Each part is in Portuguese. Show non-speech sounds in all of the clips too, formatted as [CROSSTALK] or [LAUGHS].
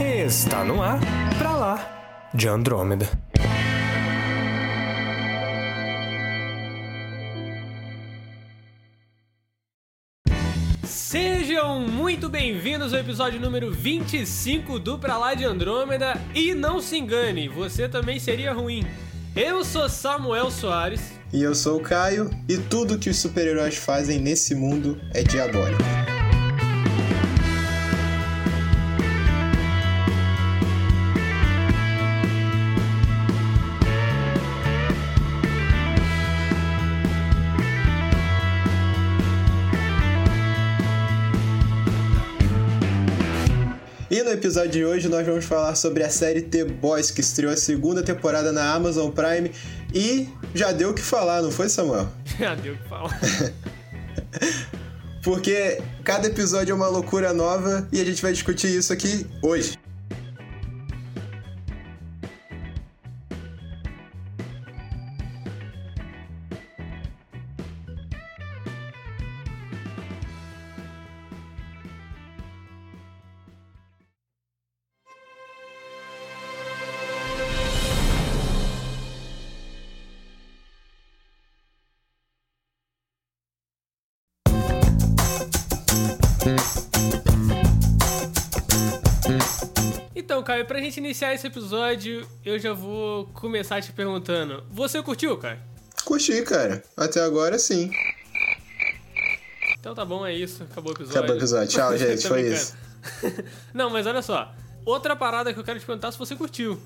Está no ar, pra lá, de Andrômeda. Sejam muito bem-vindos ao episódio número 25 do Pra Lá de Andrômeda. E não se engane, você também seria ruim. Eu sou Samuel Soares. E eu sou o Caio, e tudo que os super-heróis fazem nesse mundo é diabólico. E no episódio de hoje nós vamos falar sobre a série The Boys, que estreou a segunda temporada na Amazon Prime e já deu o que falar, não foi, Samuel? [LAUGHS] Já deu o que falar. [LAUGHS] Porque cada episódio é uma loucura nova e a gente vai discutir isso aqui hoje. Então, Caio, pra gente iniciar esse episódio, eu já vou começar te perguntando: Você curtiu, Caio? Curti, cara. Até agora sim. Então tá bom, é isso. Acabou o episódio. Acabou o episódio. Tchau, [LAUGHS] gente. Tô Foi brincando. isso. Não, mas olha só. Outra parada que eu quero te perguntar se você curtiu.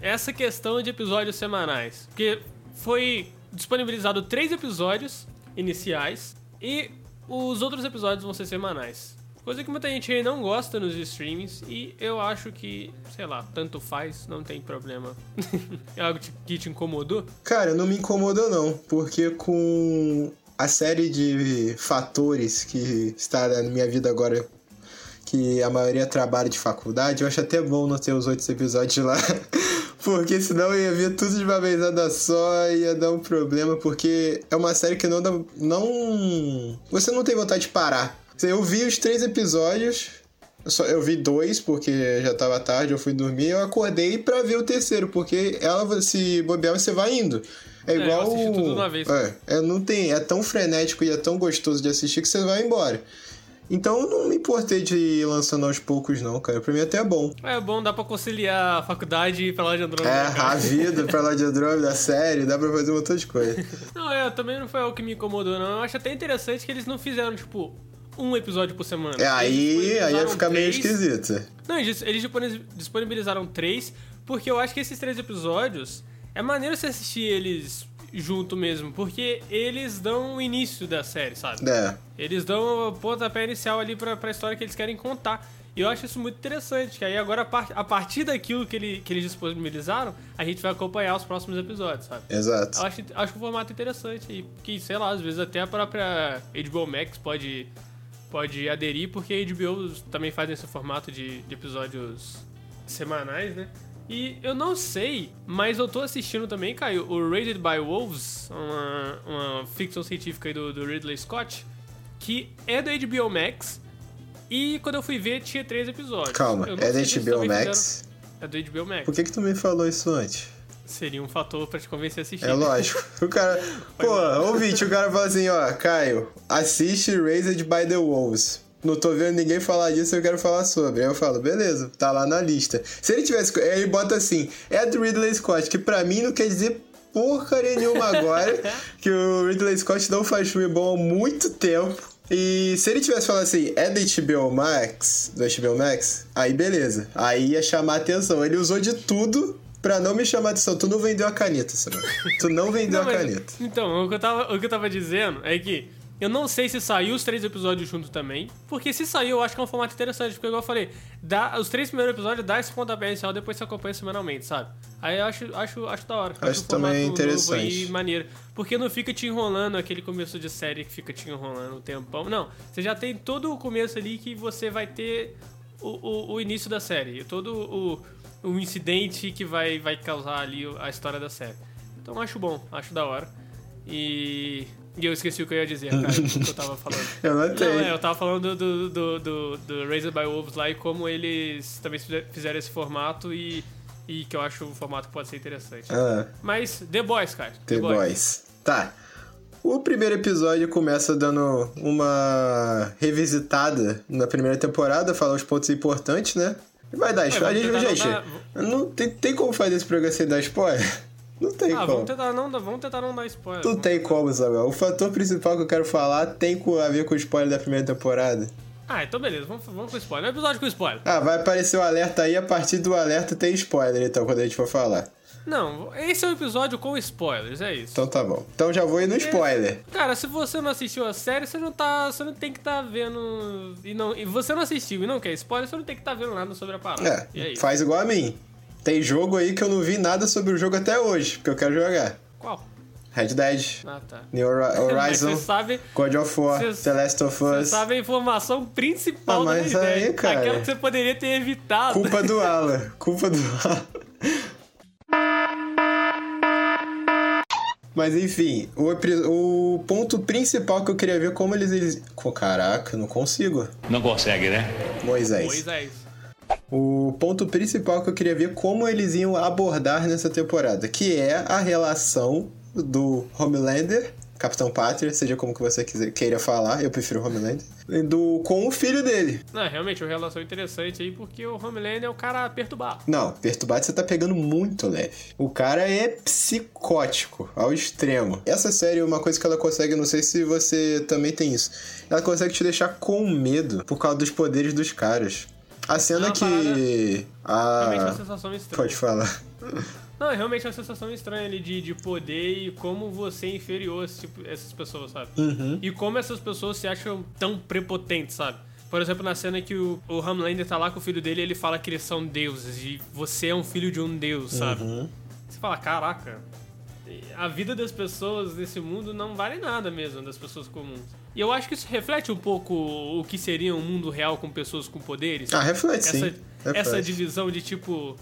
Essa questão de episódios semanais. Porque foi disponibilizado três episódios iniciais e os outros episódios vão ser semanais. Coisa que muita gente aí não gosta nos streams e eu acho que, sei lá, tanto faz, não tem problema. [LAUGHS] é algo te- que te incomodou? Cara, não me incomodou não, porque com a série de fatores que está na minha vida agora, que a maioria trabalha de faculdade, eu acho até bom não ter os oito episódios lá. [LAUGHS] Porque senão eu ia ver tudo de uma vezada só, ia dar um problema, porque é uma série que não dá. Não. Você não tem vontade de parar. Eu vi os três episódios, eu só- eu vi dois, porque já tava tarde, eu fui dormir, eu acordei pra ver o terceiro, porque ela se bobear, você vai indo. É eu igual. assisti tudo de uma vez. É, é, não tem, é tão frenético e é tão gostoso de assistir que você vai embora. Então eu não me importei de ir lançando aos poucos, não, cara. Pra mim até é bom. É bom, dá pra conciliar a faculdade e ir pra lá de Andrômeda. É, cara. a vida pra lá de Andrômeda, a série, dá pra fazer um montão [LAUGHS] de coisa. Não, é, também não foi algo que me incomodou, não. Eu acho até interessante que eles não fizeram, tipo, um episódio por semana. É, aí, Eles aí ia disponibilizaram ficar meio três. esquisito. Não, eles, eles disponibiliz- disponibilizaram três, porque eu acho que esses três episódios é maneiro você assistir eles junto mesmo, porque eles dão o início da série, sabe? É. Eles dão o pontapé inicial ali pra, pra história que eles querem contar. E eu acho isso muito interessante, que aí agora, a, par- a partir daquilo que, ele- que eles disponibilizaram, a gente vai acompanhar os próximos episódios, sabe? Exato. Eu acho, acho um formato interessante aí, que, sei lá, às vezes até a própria HBO Max pode, pode aderir, porque a HBO também faz esse formato de, de episódios semanais, né? E eu não sei, mas eu tô assistindo também, Caio, o Rated by Wolves, uma, uma ficção científica aí do, do Ridley Scott, que é da HBO Max, e quando eu fui ver tinha três episódios. Calma, Eu não é da sei se eles HBO também Max. fizeram- É do HBO Max. Por que que tu me falou isso antes? Seria um fator pra te convencer a assistir. É lógico. O cara. Pô, ouvinte, o cara fala assim, ó, Caio, assiste Raised by the Wolves. Não tô vendo ninguém falar disso, eu quero falar sobre. Aí eu falo, beleza, tá lá na lista. Se ele tivesse. Aí ele bota assim, é do Ridley Scott, que pra mim não quer dizer porcaria nenhuma agora, que o Ridley Scott não faz filme bom há muito tempo. E se ele tivesse falado assim, é da HBO Max, do HBO Max, aí beleza. Aí ia chamar atenção. Ele usou de tudo pra não me chamar atenção. Tu não vendeu a caneta, Samuel. Tu não vendeu Não, a mas- caneta. Então, o que, eu tava, o que eu tava dizendo é que eu não sei se saiu os três episódios juntos também. Porque se saiu, eu acho que é um formato interessante. Porque, igual eu falei, dá, os três primeiros episódios dá esse pontapé inicial, depois você acompanha semanalmente, sabe? Aí eu acho, acho, acho da hora. Acho um também formato novo aí, interessante. maneiro. Porque não fica te enrolando aquele começo de série que fica te enrolando um tempão. Não, você já tem todo o começo ali que você vai ter o, o, o início da série. Todo o, o incidente que vai, vai causar ali a história da série. Então acho bom, acho da hora. E E eu esqueci o que eu ia dizer, cara, o que eu tava falando. Eu não Não, tenho. é, eu tava falando do, do, do, do, do Raised by Wolves lá e como eles também fizer- fizeram esse formato e, e que eu acho um formato que pode ser interessante. Ah. Mas The Boys, cara. The Boys. Tá. O primeiro episódio começa dando uma revisitada na primeira temporada, falar os pontos importantes, né? E vai dar spoiler. vamos gente, tentar não tem, tem como fazer esse programa sem dar spoiler? [LAUGHS] Não tem Ah, como. vamos tentar não, dar- vamos tentar não dar spoiler. Não tem como, Samuel. O fator principal que eu quero falar tem co- a ver com o spoiler da primeira temporada. Ah, então beleza, vamos, vamos com spoiler. É um episódio com spoiler. Ah, vai aparecer o alerta aí, a partir do alerta tem spoiler, então, quando a gente for falar. Não, esse é o episódio com spoilers, é isso. Então tá bom. Então já vou ir É. no spoiler. Cara, se você não assistiu a série, você não tá. Você não tem que estar tá vendo. E, não, e você não assistiu e não quer spoiler, você não tem que estar tá vendo nada sobre a parada. É, e é isso. faz igual a mim. Tem jogo aí que eu não vi nada sobre o jogo até hoje, porque eu quero jogar. Qual? Red Dead, Ah, tá. New Hora- [LAUGHS] Mas Horizon, você sabe. God of War, Cês- The Last of Você Us. sabe a informação principal Ah, da mas Resident aí, Evil. cara. Aquela que você poderia ter evitado. Culpa do Alan. Culpa do Alan. Mas enfim, o, epri- o ponto principal que eu queria ver como eles. eles... Co- Caraca, eu não consigo. Não consegue, né? Pois é isso. O ponto principal que eu queria ver como eles iam abordar nessa temporada, que é a relação do Homelander, Capitão Pátria, seja como que você quiser, queira falar, eu prefiro Homelander, do com o filho dele. Não, realmente, é uma relação interessante aí, porque o Homelander é um cara perturbado. Não, perturbado você tá pegando muito leve. O cara é psicótico, ao extremo. Essa série, é uma coisa que ela consegue, não sei se você também tem isso, ela consegue te deixar com medo por causa dos poderes dos caras. A cena uma que. Realmente é uma Ah. sensação estranha. Pode falar. Não, é realmente uma sensação estranha ali de, de poder e como você é inferior a esse tipo- essas pessoas, sabe? Uhum. E como essas pessoas se acham tão prepotentes, sabe? Por exemplo, na cena que o, o Homelander tá lá com o filho dele, ele fala que eles são deuses e você é um filho de um deus, sabe? Uhum. Você fala, caraca, a vida das pessoas nesse mundo não vale nada mesmo, das pessoas comuns. E eu acho que isso reflete um pouco o que seria um mundo real com pessoas com poderes. Ah, reflete sim. essa, Reflete. essa divisão de tipo.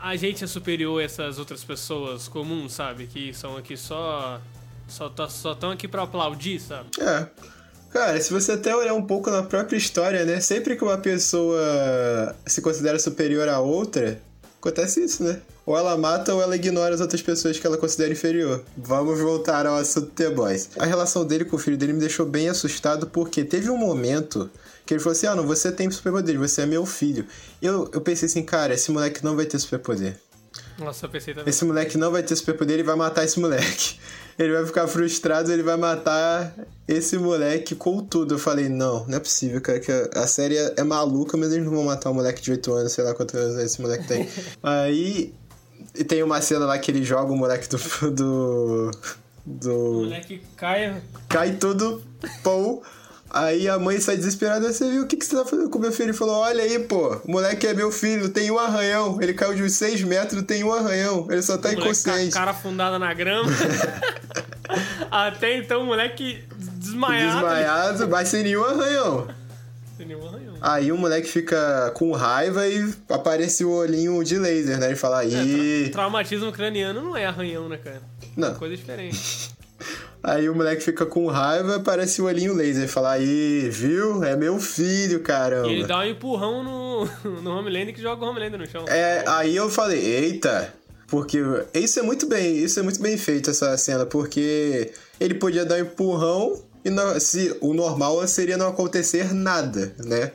a- A gente é superior a essas outras pessoas comuns, sabe? Que são aqui só. Só estão aqui pra aplaudir, sabe? É. Cara, se você até olhar um pouco na própria história, né? Sempre que uma pessoa se considera superior à outra, acontece isso, né? Ou ela mata ou ela ignora as outras pessoas que ela considera inferior. Vamos voltar ao assunto The Boys. A relação dele com o filho dele me deixou bem assustado porque teve um momento que ele falou assim: Ah, não, você tem superpoder, você é meu filho. Eu, eu pensei assim, cara, esse moleque não vai ter superpoder. Nossa, eu pensei também. Esse moleque não vai ter superpoder, ele vai matar esse moleque. [LAUGHS] Ele vai ficar frustrado, ele vai matar esse moleque com tudo. Eu falei, não, não é possível, cara, que a a série é, é maluca, mas eles não vão matar um moleque de 8 anos, sei lá quantos anos esse moleque tem. Aí e tem uma cena lá que ele joga o moleque do. do. O do moleque Tá cai. cai tudo, pão. Aí a mãe sai desesperada, você viu o que, que você tá fazendo com meu filho? Ele falou, olha aí, pô, o moleque é meu filho, tem um arranhão. Ele caiu de uns 6 metros, tem um arranhão. Ele só tá o moleque com a inconsciente. cara afundada na [LAUGHS] grama. Até então o moleque desmaiado. Desmaiado, mas sem nenhum arranhão. Sem nenhum arranhão. Aí o moleque fica com raiva e aparece o olhinho de laser, né? Ele fala, É, aí. Traumatismo craniano não é arranhão, né, cara? Não. Coisa diferente. Aí o moleque fica com raiva, aparece o olhinho laser. Ele fala, aí, viu? É meu filho, caramba. E ele dá um empurrão no, [LAUGHS] no Homelander que joga o Homelander no chão. É, aí eu falei, eita, porque isso é muito bem, isso é muito bem feito essa cena, porque ele podia dar um empurrão e não- se o normal seria não acontecer nada, né?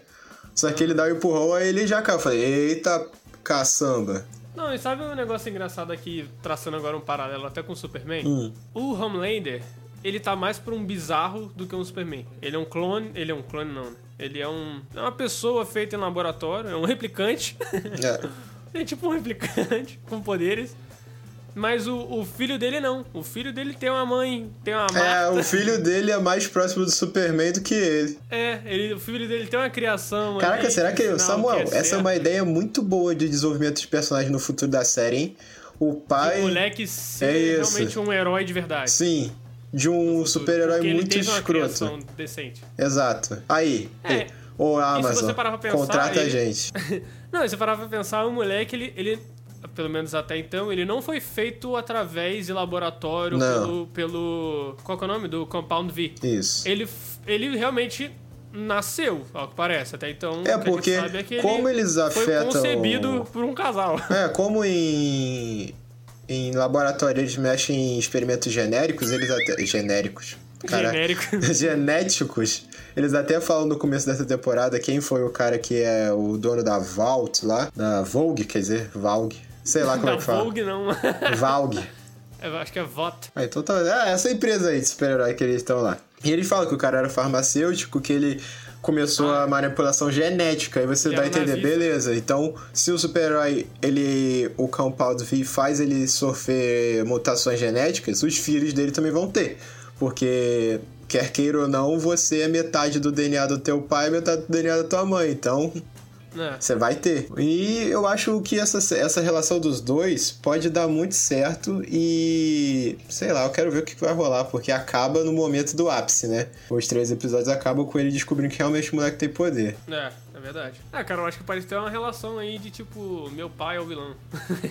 Só que ele dá um empurrão, aí ele já cai. Eu falei, eita, caçamba. Não, e sabe um negócio engraçado aqui, traçando agora um paralelo até com o Superman? Hum. O Homelander, ele tá mais pra um bizarro do que um Superman. Ele é um clone, ele é um clone não, né? Ele é um é uma pessoa feita em laboratório, é um replicante. [LAUGHS] É. é tipo um replicante [LAUGHS] com poderes. Mas o, o filho dele não. O filho dele tem uma mãe, tem uma É, Marta. o filho dele é mais próximo do Superman do que ele. É, ele, o filho dele tem uma criação. Caraca, ali, será que. ensinar o Samuel, que essa é uma certo. ideia muito boa de desenvolvimento de personagens no futuro da série, hein? O O pai. um moleque ser É isso. realmente um herói de verdade. Sim. De um super-herói Porque ele muito teve uma escroto. criação decente. Exato. Aí, É. ou a E se Amazon, você parar pra pensar, contrata a ele- gente. Não, e você parar pra pensar, o um moleque, ele, ele pelo menos até então, ele não foi feito através de laboratório Não. pelo, pelo. Qual que é o nome? Do Compound V. Isso. Ele, f- ele realmente nasceu, ao que parece. Até então, É, o que porque a gente sabe é que como ele eles Foi afetam concebido o- por um casal. É, como em, em laboratório eles mexem em experimentos genéricos, eles até. Genéricos. Caralho. Genérico. [LAUGHS] genéticos. Eles até falam no começo dessa temporada quem foi o cara que é o dono da Vault lá, da Vogue, quer dizer, Valg. [LAUGHS] Sei lá como é Não, que fala. Vogue não. Valg. Eu acho que é VOT. Ah, então tá. É, essa empresa aí de super-herói que eles estão lá. E ele fala que o cara era farmacêutico, que ele começou a manipulação genética. Aí você Ele dá a era um entender, nazista. beleza. Então, se o super-herói, ele. O Compound V faz ele sofrer mutações genéticas, os filhos dele também vão ter. Porque. Quer queira ou não, você é metade do DNA do teu pai e metade do DNA da tua mãe. Então, né? você vai ter. E eu acho que essa, essa relação dos dois pode dar muito certo e. Sei lá, eu quero ver o que vai rolar, porque acaba no momento do ápice, né? Os três episódios acabam com ele descobrindo que realmente o moleque [LAUGHS] tem poder. É, é verdade. Ah, cara, eu acho que parece ter uma relação aí de tipo, meu pai é o vilão.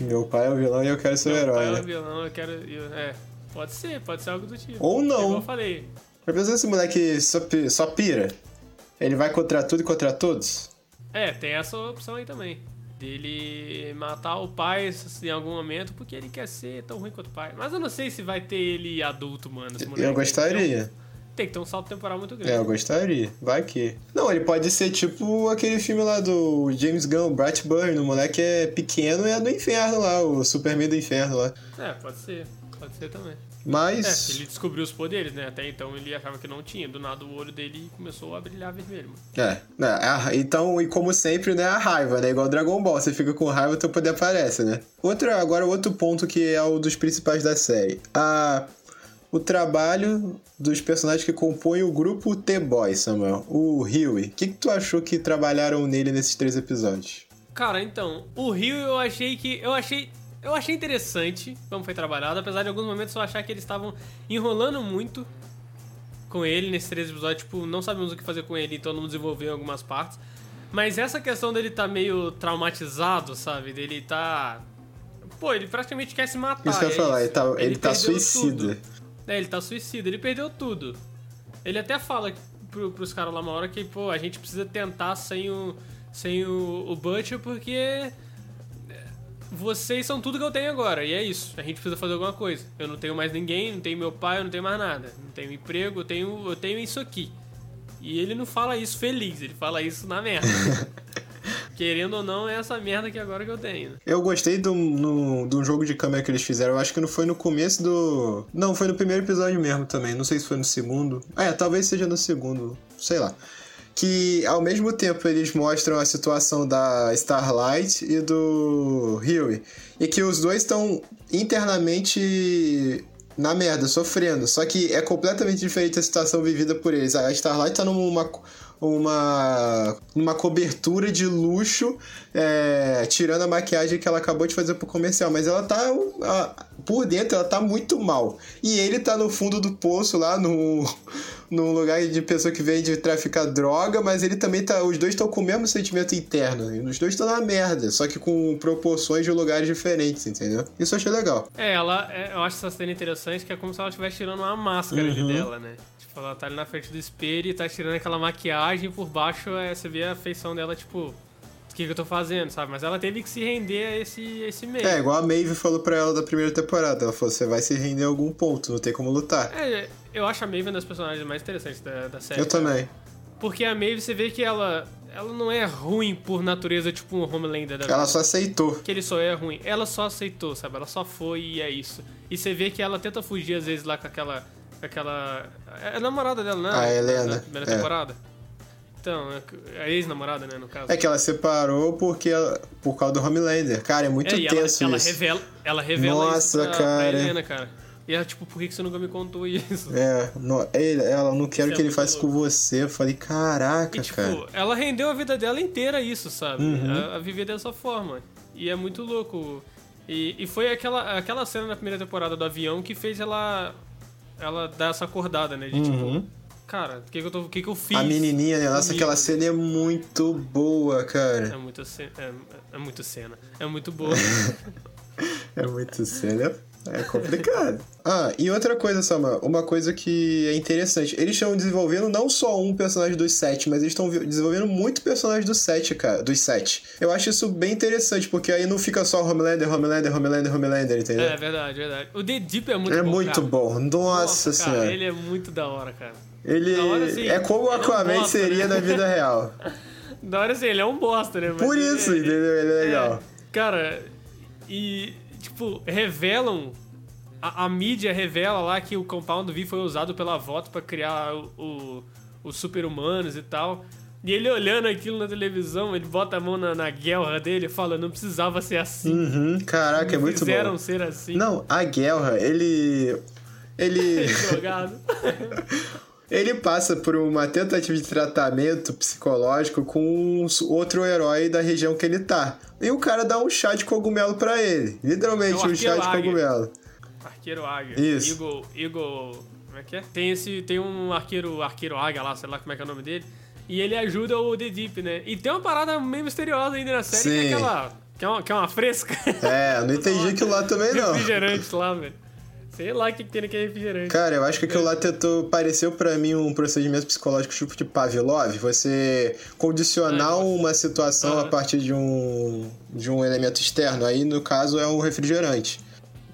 Meu pai é o vilão e eu quero ser o [LAUGHS] meu pai herói. é o né? vilão, eu quero. eu- é, pode ser, pode ser algo do tipo. Ou não. Igual eu falei. Já pensou esse moleque só, pi- só pira? Ele vai contra tudo e contra todos? É, tem essa opção aí também. Dele matar o pai assim, em algum momento porque ele quer ser tão ruim quanto o pai. Mas eu não sei se vai ter ele adulto, mano. esse moleque. eu gostaria. Tem que ter um salto temporal muito grande. É, eu gostaria. Vai que. Não, ele pode ser tipo aquele filme lá do James Gunn, Bright Burn. O moleque é pequeno e é do inferno lá, o Superman do inferno lá. É, pode ser. Pode ser também. É, Mas. ele descobriu os poderes, né? Até então ele achava que não tinha. Do nada o olho dele começou a brilhar vermelho, mano. É. né, a- então, e como sempre, né? A raiva, né? Igual Dragon Ball, você fica com raiva, teu poder aparece, né? Outro, agora, outro ponto que é o dos principais da série. A. O trabalho dos personagens que compõem o grupo T-Boys, Samuel. O Huey. O que, que tu achou que trabalharam nele nesses três episódios? Cara, então, o Rio eu achei que. Eu achei. Eu achei interessante como foi trabalhado, apesar de em alguns momentos eu achar que eles estavam enrolando muito com ele nesses três episódios, tipo, não sabemos o que fazer com ele, então não desenvolveu em algumas partes. Mas essa questão dele tá meio traumatizado, sabe? Dele tá. Pô, ele praticamente quer se matar. Isso que eu ia é falar, ele tá, ele tá perdeu suicida. tudo. É, ele tá suicida, ele perdeu tudo. Ele até fala pro, pros caras lá uma hora que, pô, a gente precisa tentar sem o, sem o, o Butcher porque é, vocês são tudo que eu tenho agora, e é isso. A gente precisa fazer alguma coisa. Eu não tenho mais ninguém, não tenho meu pai, eu não tenho mais nada. Não tenho emprego, eu tenho, eu tenho isso aqui. E ele não fala isso feliz, ele fala isso na merda. Querendo ou não, é essa merda aqui agora que eu tenho. né? Eu gostei do, no, do jogo de câmera que eles fizeram. Eu acho que não foi no começo do. Não, foi no primeiro episódio mesmo também. Não sei se foi no segundo. É, talvez seja no segundo. Sei lá. Que ao mesmo tempo eles mostram a situação da Starlight e do Huey. E que os dois estão internamente na merda, sofrendo. Só que é completamente diferente a situação vivida por eles. A Starlight tá numa. Uma, uma cobertura de luxo, é, tirando a maquiagem que ela acabou de fazer pro comercial, mas ela tá ah, por dentro, ela tá muito mal. E ele tá no fundo do poço lá, no, [LAUGHS] num lugar de pessoa que vende traficar droga, mas ele também tá. Os dois estão com o mesmo sentimento interno, e os dois estão na merda, só que com proporções de lugares diferentes, entendeu? Isso eu achei legal. É, ela, é, eu acho essa cena interessante, que é como se ela estivesse tirando uma máscara Uhum. ali dela, né? Tipo, ela tá ali na frente do espelho e tá tirando aquela maquiagem e por baixo é, você vê a feição dela, tipo, o que, que eu tô fazendo, sabe? Mas ela teve que se render a esse, esse meio. É, igual a Maeve falou pra ela da primeira temporada. Ela falou, você vai se render a algum ponto, não tem como lutar. É, eu acho a Maeve uma das personagens mais interessantes da, da série. eu também. Porque a Maeve, você vê que ela, ela não é ruim por natureza, tipo um Homelander da Ela só aceitou. que ele só é ruim. Ela só aceitou, sabe? Ela só foi e é isso. E você vê que ela tenta fugir às vezes lá com aquela. com aquela. É a namorada dela, né? A Helena, Da primeira é. temporada. Então, é a ex-namorada, né, no caso. É que ela separou porque ela- por causa do Homelander. Cara, é muito É, e ela, tenso ela isso. revela, ela revela isso Nossa, pra, pra cara. Helena, cara. E ela, tipo, por que que você nunca me contou isso? É, no- ele- ela não quero é que ele muito faça com você. Eu falei, caraca, E, tipo, cara. Uhum. ela rendeu a vida dela inteira a isso, sabe? A, a viver dessa forma. E é muito louco. E, e foi aquela, aquela cena na primeira temporada do avião que fez ela, ela dar essa acordada, né? De, tipo, Cara, o que, que, eu tô- o que, que eu fiz? Uhum. A menininha, né? Nossa, comigo? aquela cena é muito boa, É cara. muito, ce- é, é muito cena. É muito [LAUGHS] boa. É muito cena. É complicado. [LAUGHS] ah, e outra coisa, Sama, uma coisa que é interessante. Eles estão desenvolvendo não só um personagem dos sete, mas eles estão vi- desenvolvendo muito personagem dos sete, cara. Dos sete. Eu acho isso bem interessante, porque aí não fica só Homelander, Homelander, Homelander, Homelander, entendeu? é verdade, verdade. O The Deep é muito É bom. muito cara. bom. Nossa, Nossa, cara, senhora. ele é muito da hora, cara. Ele, da hora, assim, é como o ele é um Aquaman bosta, seria né? [LAUGHS] na vida real. Da hora assim, ele é um bosta, né? Mas Por ele- isso, entendeu? Ele é legal. Cara, e, tipo, revelam. A, a mídia revela lá que o Compound V foi usado pela Voto pra criar o- o- os super-humanos e tal. E ele olhando aquilo na televisão, ele bota a mão na, na guerra dele e fala: não precisava ser assim. Uhum, caraca, é Me muito fizeram bom. ser assim. Tá Não, a guerra, ele. [LAUGHS] Ele. Jogado. ele passa por uma tentativa de tratamento psicológico com um s- outro herói da região que ele tá. E o cara dá um chá de cogumelo pra ele. Literalmente, É o um chá de Arqueolague. cogumelo. Arqueiro Águia. Isso. Eagle, Eagle. Como é que é? Tem, esse, tem um arqueiro, arqueiro Águia lá, sei lá como é que é o nome dele. E ele ajuda o The Deep, né? E tem uma parada meio misteriosa ainda na série, que é Sim. aquela. Que é uma, que é uma fresca. [LAUGHS] É, não entendi aquilo lá também não. refrigerante lá, velho. Sei lá o que que tem naquele refrigerante. Cara, eu acho que aquilo lá tentou, pareceu pra mim um procedimento psicológico tipo de Pavlov, você condicionar uma situação Aham. a partir de um de um elemento externo. Aí no caso é um refrigerante.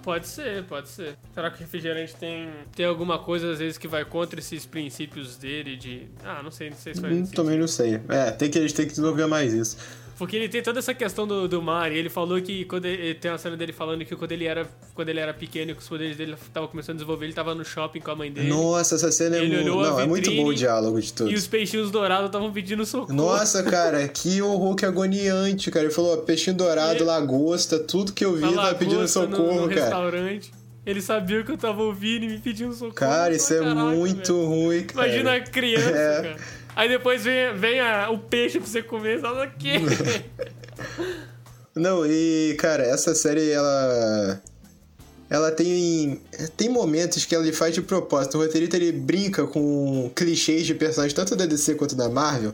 Pode ser, pode ser. Será que o refrigerante tem, tem alguma coisa, às vezes, que vai contra esses princípios dele de. Ah, não sei, não sei se vai. Hum, também não sei. É, tem que eles têm que desenvolver mais isso. Porque ele tem toda essa questão do, do mar, e ele falou que quando ele, tem uma cena dele falando que quando ele era, quando ele era pequeno, que os poderes dele estavam começando a desenvolver, ele tava no shopping com a mãe dele. Nossa, essa cena é, Ele mu- olhou a não, é muito vitrine bom o diálogo de tudo. E os peixinhos dourados estavam pedindo socorro. Nossa, cara, que horror, que agoniante, cara. Ele falou, ó, peixinho dourado, E- lagosta, tudo que eu vi Uma tá pedindo É. lagosta socorro, no, no cara. restaurante. Ele sabia que eu tava ouvindo e me pediu um socorro. Cara, isso é Caraca, muito velho. ruim, cara. Imagina a criança, É. cara. Aí depois vem, vem a- o peixe pra você comer, sabe o [LAUGHS] quê? Não, e cara, essa série ela ela tem tem momentos que ela lhe faz de propósito. O roteirista ele brinca com clichês de personagens tanto da DC quanto da Marvel.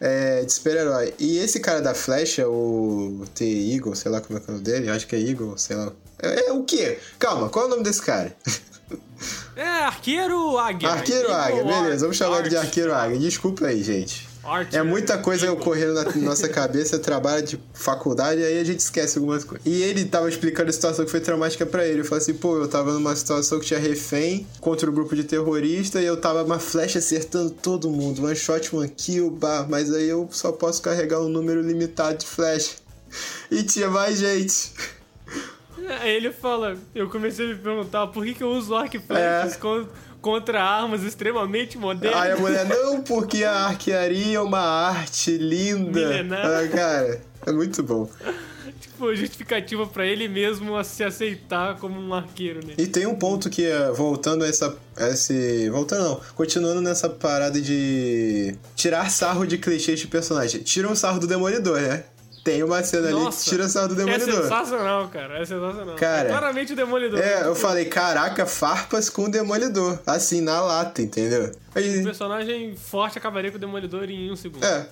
é, de super-herói. E esse cara da flecha, o T. Eagle, sei lá como é que é o nome dele, acho que é Eagle, sei lá. É, é o quê? Calma, qual é o nome desse cara? [LAUGHS] é, arqueiro águia. Arqueiro Eagle Águia, beleza, Art- vamos chamar ele de Art- Arqueiro Águia. Desculpa aí, gente. Art- É muita coisa Eagle. ocorrendo na nossa cabeça, trabalho de faculdade, aí a gente esquece algumas coisas. E ele tava explicando a situação que foi traumática pra ele. Eu falei assim, pô, eu tava numa situação que tinha refém contra o grupo de terrorista e eu tava uma flecha acertando todo mundo. One shot, one kill, bah, mas aí eu só posso carregar um número limitado de flecha. E tinha mais gente. Aí ele fala, eu comecei a me perguntar por que, que eu uso arco e flechas É. con- contra armas extremamente modernas. Aí a mulher, não, porque a arquearia é uma arte linda. Milenar. Ah, cara, é muito bom. Tipo, justificativa pra ele mesmo a se aceitar como um arqueiro, né? E tem um ponto que, eh, voltando a essa. a Esse, voltando não, continuando nessa parada de tirar sarro de clichês de personagem. Tira um sarro do Demolidor, né? Tem uma cena ali que Nossa, tira sarro do É Demolidor. sensacional, cara. É sensacional. Cara, é claramente o Demolidor. É, eu falei, caraca, farpas com o Demolidor. Assim, na lata, entendeu? Um Aí, personagem forte acabaria com o Demolidor em um segundo. é.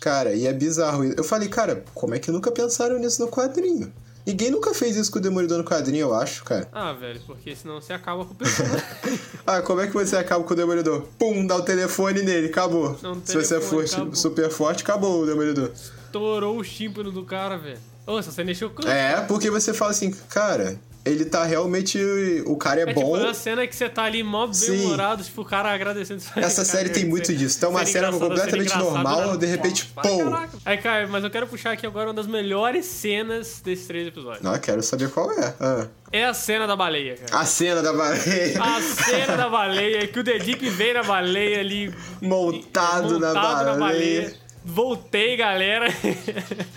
Cara, e é bizarro. isso. Eu falei, cara, como é que nunca pensaram nisso no quadrinho? Ninguém nunca fez isso com o Demolidor no quadrinho, eu acho, cara. [LAUGHS] Ah, velho, porque senão você acaba com o personagem. [LAUGHS] Ah, como é que você acaba com o demolidor? Pum, dá o telefone nele, acabou. Não, o Se você é um telefone, forte, acabou. super forte, acabou o demolidor. Estourou o tímpano do cara, velho. Ô, essa cena é chocante. É, porque você fala assim, cara, ele tá realmente. O cara é, É bom. tipo, é uma cena que você tá ali mó Sim. bem-humorado, tipo, o cara é agradecendo. Essa série tem muito disso. Então, uma cena completamente né? normal, de repente, pum. pum! Aí, cara, mas eu quero puxar aqui agora uma das melhores cenas desses três episódios. Não, eu Ah, quero saber qual é. Ah. É a cena da baleia, cara. A cena da baleia. A cena da baleia, que o The Deep veio na baleia ali, [LAUGHS] montado, na montado baleia. na baleia. Voltei, galera. [LAUGHS]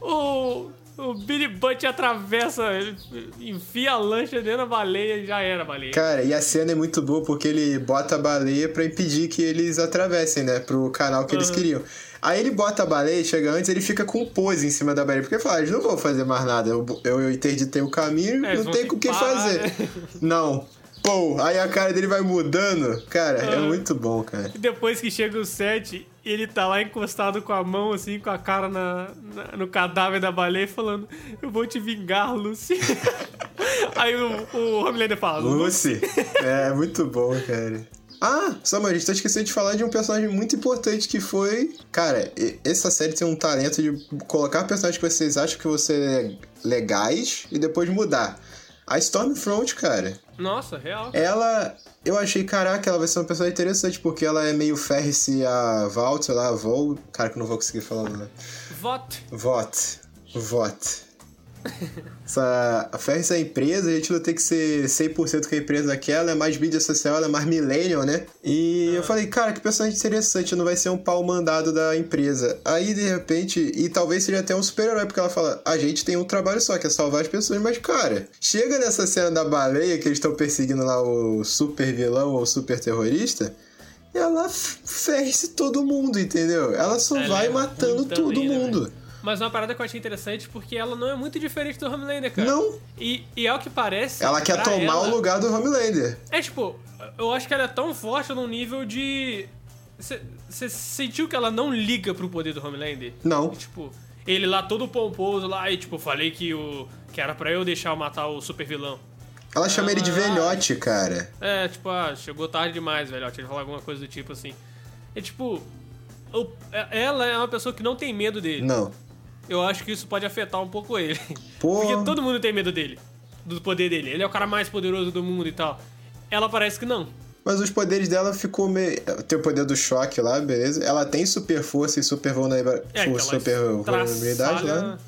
o, o Billy Butt atravessa, ele enfia a lancha dentro da baleia e já era a baleia. Cara, e a cena é muito boa porque ele bota a baleia pra impedir que eles atravessem, né? Pro canal que eles queriam. Aí ele bota a baleia, chega antes, ele fica com pose em cima da baleia. Porque ele fala, "Ah, eles não vão fazer mais nada. Eu, eu interditei o caminho, É, eles não vão tem ter com o que que parar, fazer. né? Não. Pô, aí a cara dele vai mudando. Cara, é Ah. muito bom, cara. E depois que chega o 7, ele tá lá encostado com a mão, assim, com a cara na, na- no cadáver da baleia, falando: Eu vou te vingar, Lucy. [LAUGHS] Aí o, o Homelander fala: Lucy. Lucy. É, muito bom, cara. Ah, Samuel, a gente tá esquecendo de falar de um personagem muito importante que foi. Cara, e- essa série tem um talento de colocar personagens que vocês acham que você é legais e depois mudar. A Stormfront, cara, Nossa, real. ela. Eu achei, caraca, ela vai ser uma pessoa interessante, porque ela é meio Ferris e a Val, sei lá, a Vol. Cara, que eu não vou conseguir falar o nome. Vote. Vote. Vote. Essa, a Ferris é a empresa, a gente não tem que ser 100% que a empresa quer, ela é mais mídia social, ela é mais millennial, né? E Ah. eu falei, cara, que personagem interessante, não vai ser um pau mandado da empresa. Aí, de repente, e talvez seja até um super-herói, porque ela fala, a gente tem um trabalho só, que é salvar as pessoas, mas, cara, chega nessa cena da baleia, que eles estão perseguindo lá o super-vilão ou super-terrorista, e ela f- ferre-se todo mundo, entendeu? Ela só Ela vai é matando muita todo mina, mundo. velho. Mas é uma parada que eu achei interessante porque ela não é muito diferente do Homelander, cara. Não. E, e ao que parece. Ela quer pra tomar ela- o lugar do Homelander. É tipo, eu acho que ela é tão forte num nível de. Você sentiu que ela não liga pro poder do Homelander? Não. E, tipo, ele lá todo pomposo lá e tipo, falei que o. que era pra eu deixar eu matar o super vilão. Ela chama ele de Ah. velhote, cara. É, tipo, ah, chegou tarde demais, velho. ó, Tinha que falar alguma coisa do tipo assim. É tipo. o- é- ela é uma pessoa que não tem medo dele. Não. Eu acho que isso pode afetar um pouco ele. [LAUGHS] Pô. Porque todo mundo tem medo dele. Do poder dele. Ele é o cara mais poderoso do mundo e tal. Ela parece que não. Mas os poderes dela ficou meio. Tem o poder do choque lá, beleza? Ela tem super força e super vulnerabilidade. É, que ela super vulnerabilidade estraçalha- lá.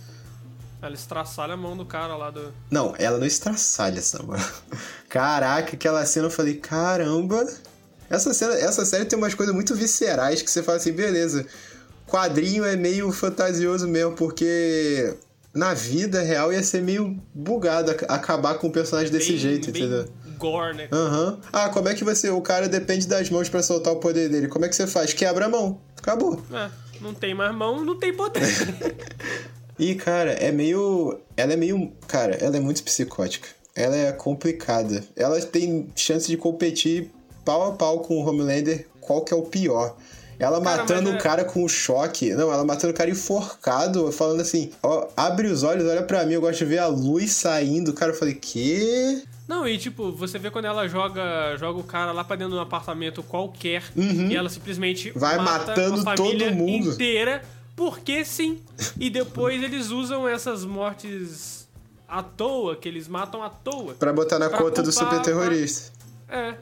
Ela estraçalha a mão do cara lá do. Não, ela não estraçalha essa mano. [LAUGHS] Caraca, aquela cena eu falei, caramba. Essa, cena, essa série tem umas coisas muito viscerais que você fala assim, beleza. Quadrinho é meio fantasioso mesmo, porque na vida real ia ser meio bugado ac- acabar com um personagem desse bem- jeito, bem entendeu? Gore, né? Aham. Ah, como é que você. O cara depende das mãos pra soltar o poder dele. Como é que você faz? Quebra a mão. Acabou. É, não tem mais mão, não tem poder. [LAUGHS] E, cara, é meio. Ela é meio. Cara, ela é muito psicótica. Ela é complicada. Ela tem chance de competir pau a pau com o Homelander, qual que é o pior. Ela Cara, matando mas o é- cara com um choque. Não, ela matando o cara enforcado, falando assim: ó, abre os olhos, olha pra mim, eu gosto de ver a luz saindo. Cara, eu falei: que? não, e tipo, você vê quando ela joga, joga o cara lá pra dentro de um apartamento qualquer e ela simplesmente Uhum. Vai mata matando a todo família mundo. inteira, porque sim. [LAUGHS] E depois eles usam essas mortes à toa, que eles matam à toa. Pra botar na Pra conta do culpar- né? super terrorista. É.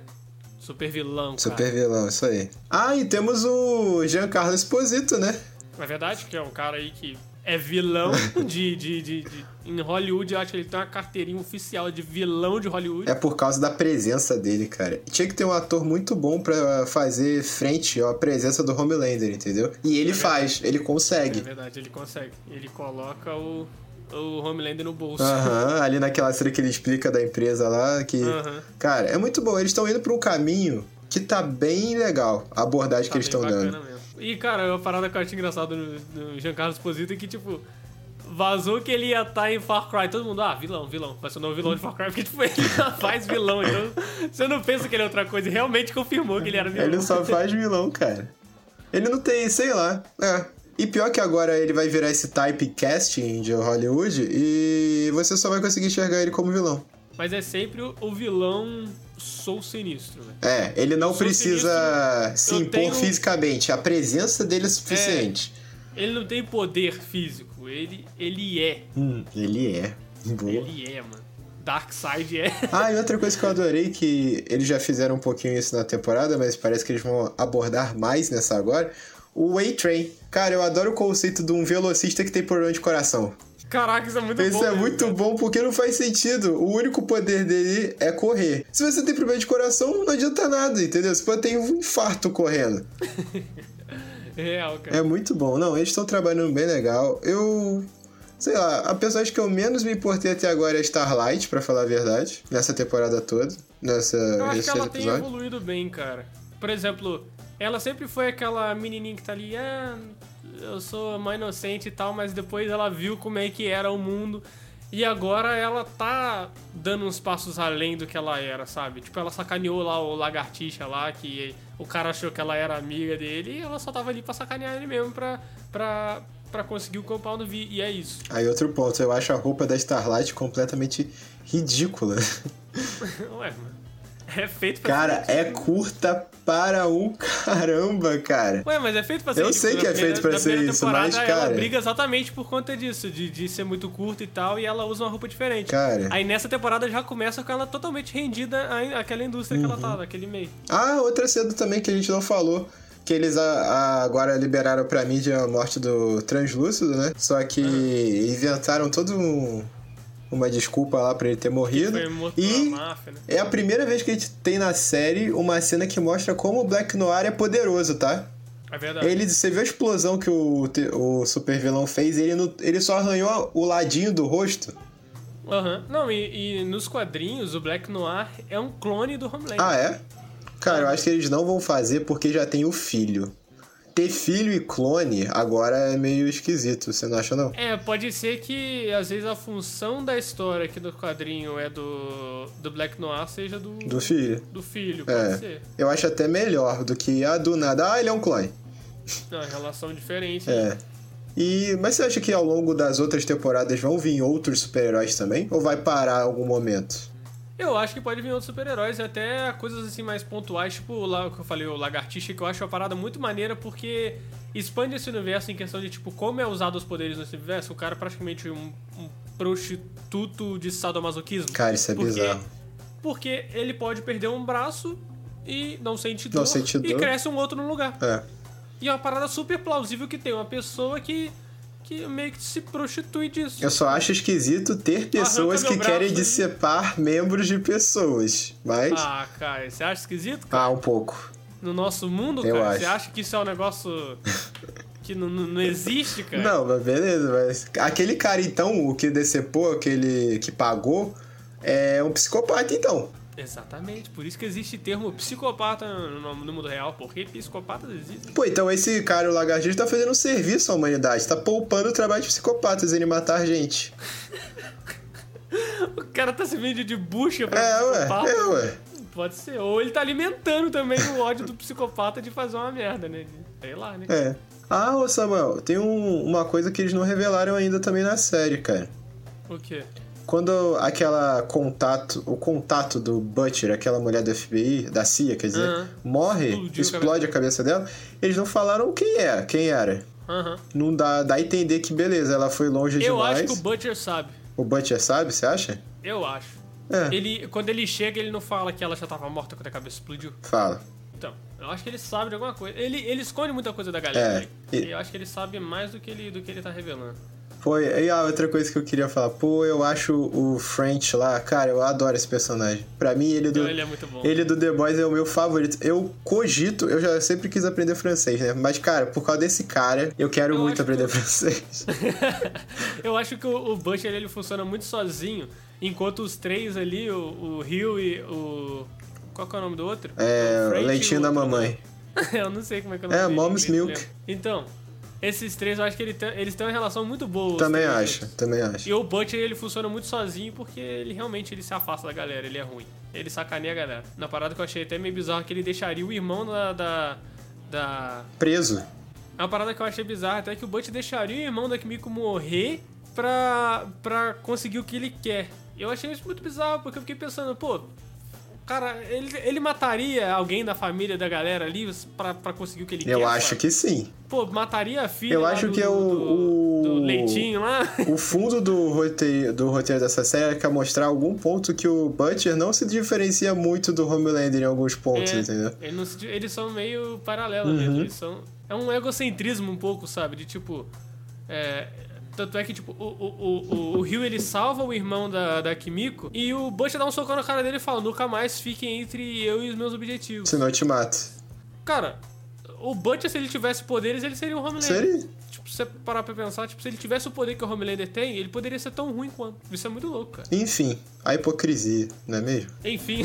Super vilão, Super vilão, isso aí. Ah, e temos o Giancarlo Esposito, né? Na verdade, que é um cara aí que é [LAUGHS] vilão de. de, de, de- em Hollywood, eu acho que ele tem uma carteirinha oficial de vilão de Hollywood. É por causa da presença dele, cara. Tinha que ter um ator muito bom pra fazer frente ó, à presença do Homelander, entendeu? E ele faz, ele Na consegue. É verdade, ele consegue. Ele coloca o, o Homelander no bolso. Aham, ali naquela cena que ele explica da empresa lá, que. Aham. Cara, é muito bom. Eles estão indo pra um caminho que tá bem legal, a abordagem que Tá eles bem estão bacana dando. mesmo. E, cara, uma parada que eu acho engraçada no, no Giancarlo Esposito é que, tipo, vazou que ele ia estar em Far Cry. Todo mundo, ah, vilão, vilão. Vai ser o novo vilão de Far Cry, porque, tipo, ele já [LAUGHS] faz vilão. Então, você não pensa que ele é outra coisa. E realmente confirmou que ele era vilão. Ele só faz vilão, cara. Ele não tem, sei lá. É. E pior que agora ele vai virar esse typecasting de Hollywood e você só vai conseguir enxergar ele como vilão. Mas é sempre o, o vilão sou sinistro, né? velho. É, ele não Sou precisa se Eu impor tenho- um fisicamente. A presença dele é suficiente. Ele não tem poder físico, ele, ele é. Hum, ele é. Boa. Ele é, mano. Darkseid é. [LAUGHS] Ah, e outra coisa que eu adorei, que eles já fizeram um pouquinho isso na temporada, mas parece que eles vão abordar mais nessa agora. O A-Train. Cara, eu adoro o conceito de um velocista que tem problema de coração. Caraca, isso é muito Isso bom. é né? muito bom porque não faz sentido. O único poder dele é correr. Se você tem problema de coração, não adianta nada, entendeu? Você pode ter um infarto correndo. Real, cara. É muito bom. Não, eles estão trabalhando bem legal. Eu. Sei lá, a personagem que eu menos me importei até agora é a Starlight, pra falar a verdade, nessa temporada toda. Nessa, Eu acho nesse que ela tem episódio. evoluído bem, cara. Por exemplo, ela sempre foi aquela menininha que tá ali, ah, eu sou uma inocente e tal, mas depois ela viu como é que era o mundo. E agora ela tá dando uns passos além do que ela era, sabe? Tipo, ela sacaneou lá o lagartixa lá, que o cara achou que ela era amiga dele e ela só tava ali pra sacanear ele mesmo, pra, pra, pra conseguir o compound V. E é isso. Aí outro ponto, eu acho a roupa da Starlight completamente ridícula. [LAUGHS] Ué, mano. É feito pra Cara, é curta para um [LAUGHS] caramba, cara. Ué, mas é feito pra ser Eu isso, sei na que é primeira- feito pra na ser primeira isso, temporada mas, Ela cara- briga exatamente por conta disso, de, de ser muito curta e tal, e ela usa uma roupa diferente. Cara. Aí nessa temporada já começa com ela totalmente rendida à- àquela indústria Uhum. que ela tá, daquele meio. Ah, outra cedo também que a gente não falou. Que eles a- a- agora liberaram pra mídia a morte do translúcido, né? Só que Ah. inventaram todo um- uma desculpa lá pra ele ter morrido. Foi morto E pela máfia, né? é a primeira vez que a gente tem na série uma cena que mostra como o Black Noir é poderoso, tá? É verdade. Ele, você viu a explosão que o, te- o super vilão fez? Ele, não- ele só arranhou o ladinho do rosto. Aham. Não, e, e nos quadrinhos, o Black Noir é um clone do Homelander. Ah, é? Cara, Uhum. eu acho que eles não vão fazer porque já tem o filho. Ter filho e clone agora é meio esquisito, você não acha não? É, pode ser que às vezes a função da história aqui do quadrinho é do, do Black Noir seja do, Do filho. do filho, pode É. ser. Eu acho até melhor do que a do nada. Ah, ele é um clone. Não, é relação diferente. É. E, mas você acha que ao longo das outras temporadas vão vir outros super-heróis também? Ou vai parar em algum momento? Eu acho que pode vir outros super-heróis, até coisas assim mais pontuais, tipo lá o que eu falei, o Lagartixa, que eu acho uma parada muito maneira porque expande esse universo em questão de tipo como é usado os poderes nesse universo. O cara é praticamente um, um prostituto de sadomasoquismo. Cara, isso é Porque- bizarro. Porque ele pode perder um braço e não sente dor, Não sente e dor. cresce um outro no lugar. É. E é uma parada super plausível que tem uma pessoa que, que meio que se prostitui disso. Eu só acho esquisito ter pessoas meu que braço querem aí. dissepar membros de pessoas. Mas. Ah, cara, você acha esquisito? Ah, um pouco. no nosso mundo, Eu cara? acho. Você acha que isso é um negócio que não, não- não existe, cara? Não, mas beleza, mas. Aquele cara, então, o que decepou, aquele que pagou, é um psicopata, então. Exatamente, por isso que existe termo psicopata no, no mundo real, porque psicopatas existem. Pô, então esse cara, o lagartixa, tá fazendo um serviço à humanidade, tá poupando o trabalho de psicopatas ele matar gente. O cara tá se vendo de bucha pra É, ué, psicopata. é, ué. Pode ser. Ou ele tá alimentando também o ódio do psicopata de fazer uma merda, né? De- Sei lá, né? É. Ah, ô Samuel, tem um- uma coisa que eles não revelaram ainda também na série, cara. É. O quê? Quando aquela contato, o contato do Butcher, aquela mulher do FBI, da CIA, quer dizer, Aham. morre, Explodiu a explode a cabeça dela, eles não falaram quem é, quem era. Aham. Não dá, dá a entender que beleza, ela foi longe Eu demais. acho que o Butcher sabe. o... Butcher sabe, você acha? Eu acho. É. Ele, quando ele chega, ele não fala que ela já tava morta quando a cabeça explodiu. Fala. Então, eu acho que ele sabe de alguma coisa. Ele, ele esconde muita coisa da galera. É, né? e- Eu acho que ele sabe mais do que ele, do que ele tá revelando. Pô, e a outra coisa que eu queria falar, pô, eu acho o French lá, cara, eu adoro esse personagem. Pra mim, ele do. Ele é muito bom. Ele do The Boys é o meu favorito. Eu cogito, eu já sempre quis aprender francês, né? Mas, cara, por causa desse cara, eu quero Eu acho muito aprender que- [LAUGHS] francês. eu acho que o, o Butcher ele funciona muito sozinho, enquanto os três ali, o, o Hill e o. Qual que é o nome do outro? É, O French e o leitinho da outro. mamãe. [LAUGHS] eu não sei como é que é o É, nome dele, em Mom's inglês, Milk. né? Então, esses três eu acho que ele tem- eles têm uma relação muito boa. os Também três acho, juntos. também acho. E o Butcher ele funciona muito sozinho porque ele realmente ele se afasta da galera, ele é ruim. Ele sacaneia a galera. Na parada que eu achei até meio bizarro é que ele deixaria o irmão da. da. da... Preso. É uma parada que eu achei bizarra até que o Butcher deixaria o irmão da Kimiko morrer pra. pra conseguir o que ele quer. Eu achei isso muito bizarro, porque eu fiquei pensando, pô. Cara, ele, ele mataria alguém da família da galera ali pra, pra conseguir o que ele quer. Eu acho sabe? que sim. Pô, mataria a filha. Eu lá acho do- que é o- do- do o- leitinho lá. [LAUGHS] O fundo do roteiro, do roteiro dessa série quer mostrar algum ponto que o Butcher não se diferencia muito do Homelander em alguns pontos, É, entendeu? Uhum. ele não se di- eles são meio paralelos mesmo. Eles são, é um egocentrismo um pouco, sabe? De tipo. é, tanto é que, tipo, o, o, o, o, o Ryu ele salva o irmão da, da Kimiko e o Butcher dá um socão na cara dele e fala: nunca mais fiquem entre eu e os meus objetivos. Senão eu te mato. Cara, o Butcher, se ele tivesse poderes, ele seria um Homelander. Seria? Tipo, se você parar pra pensar, tipo, se ele tivesse o poder que o Homelander tem, ele poderia ser tão ruim quanto. Isso é muito louco, cara. Enfim, a hipocrisia, não é mesmo? Enfim.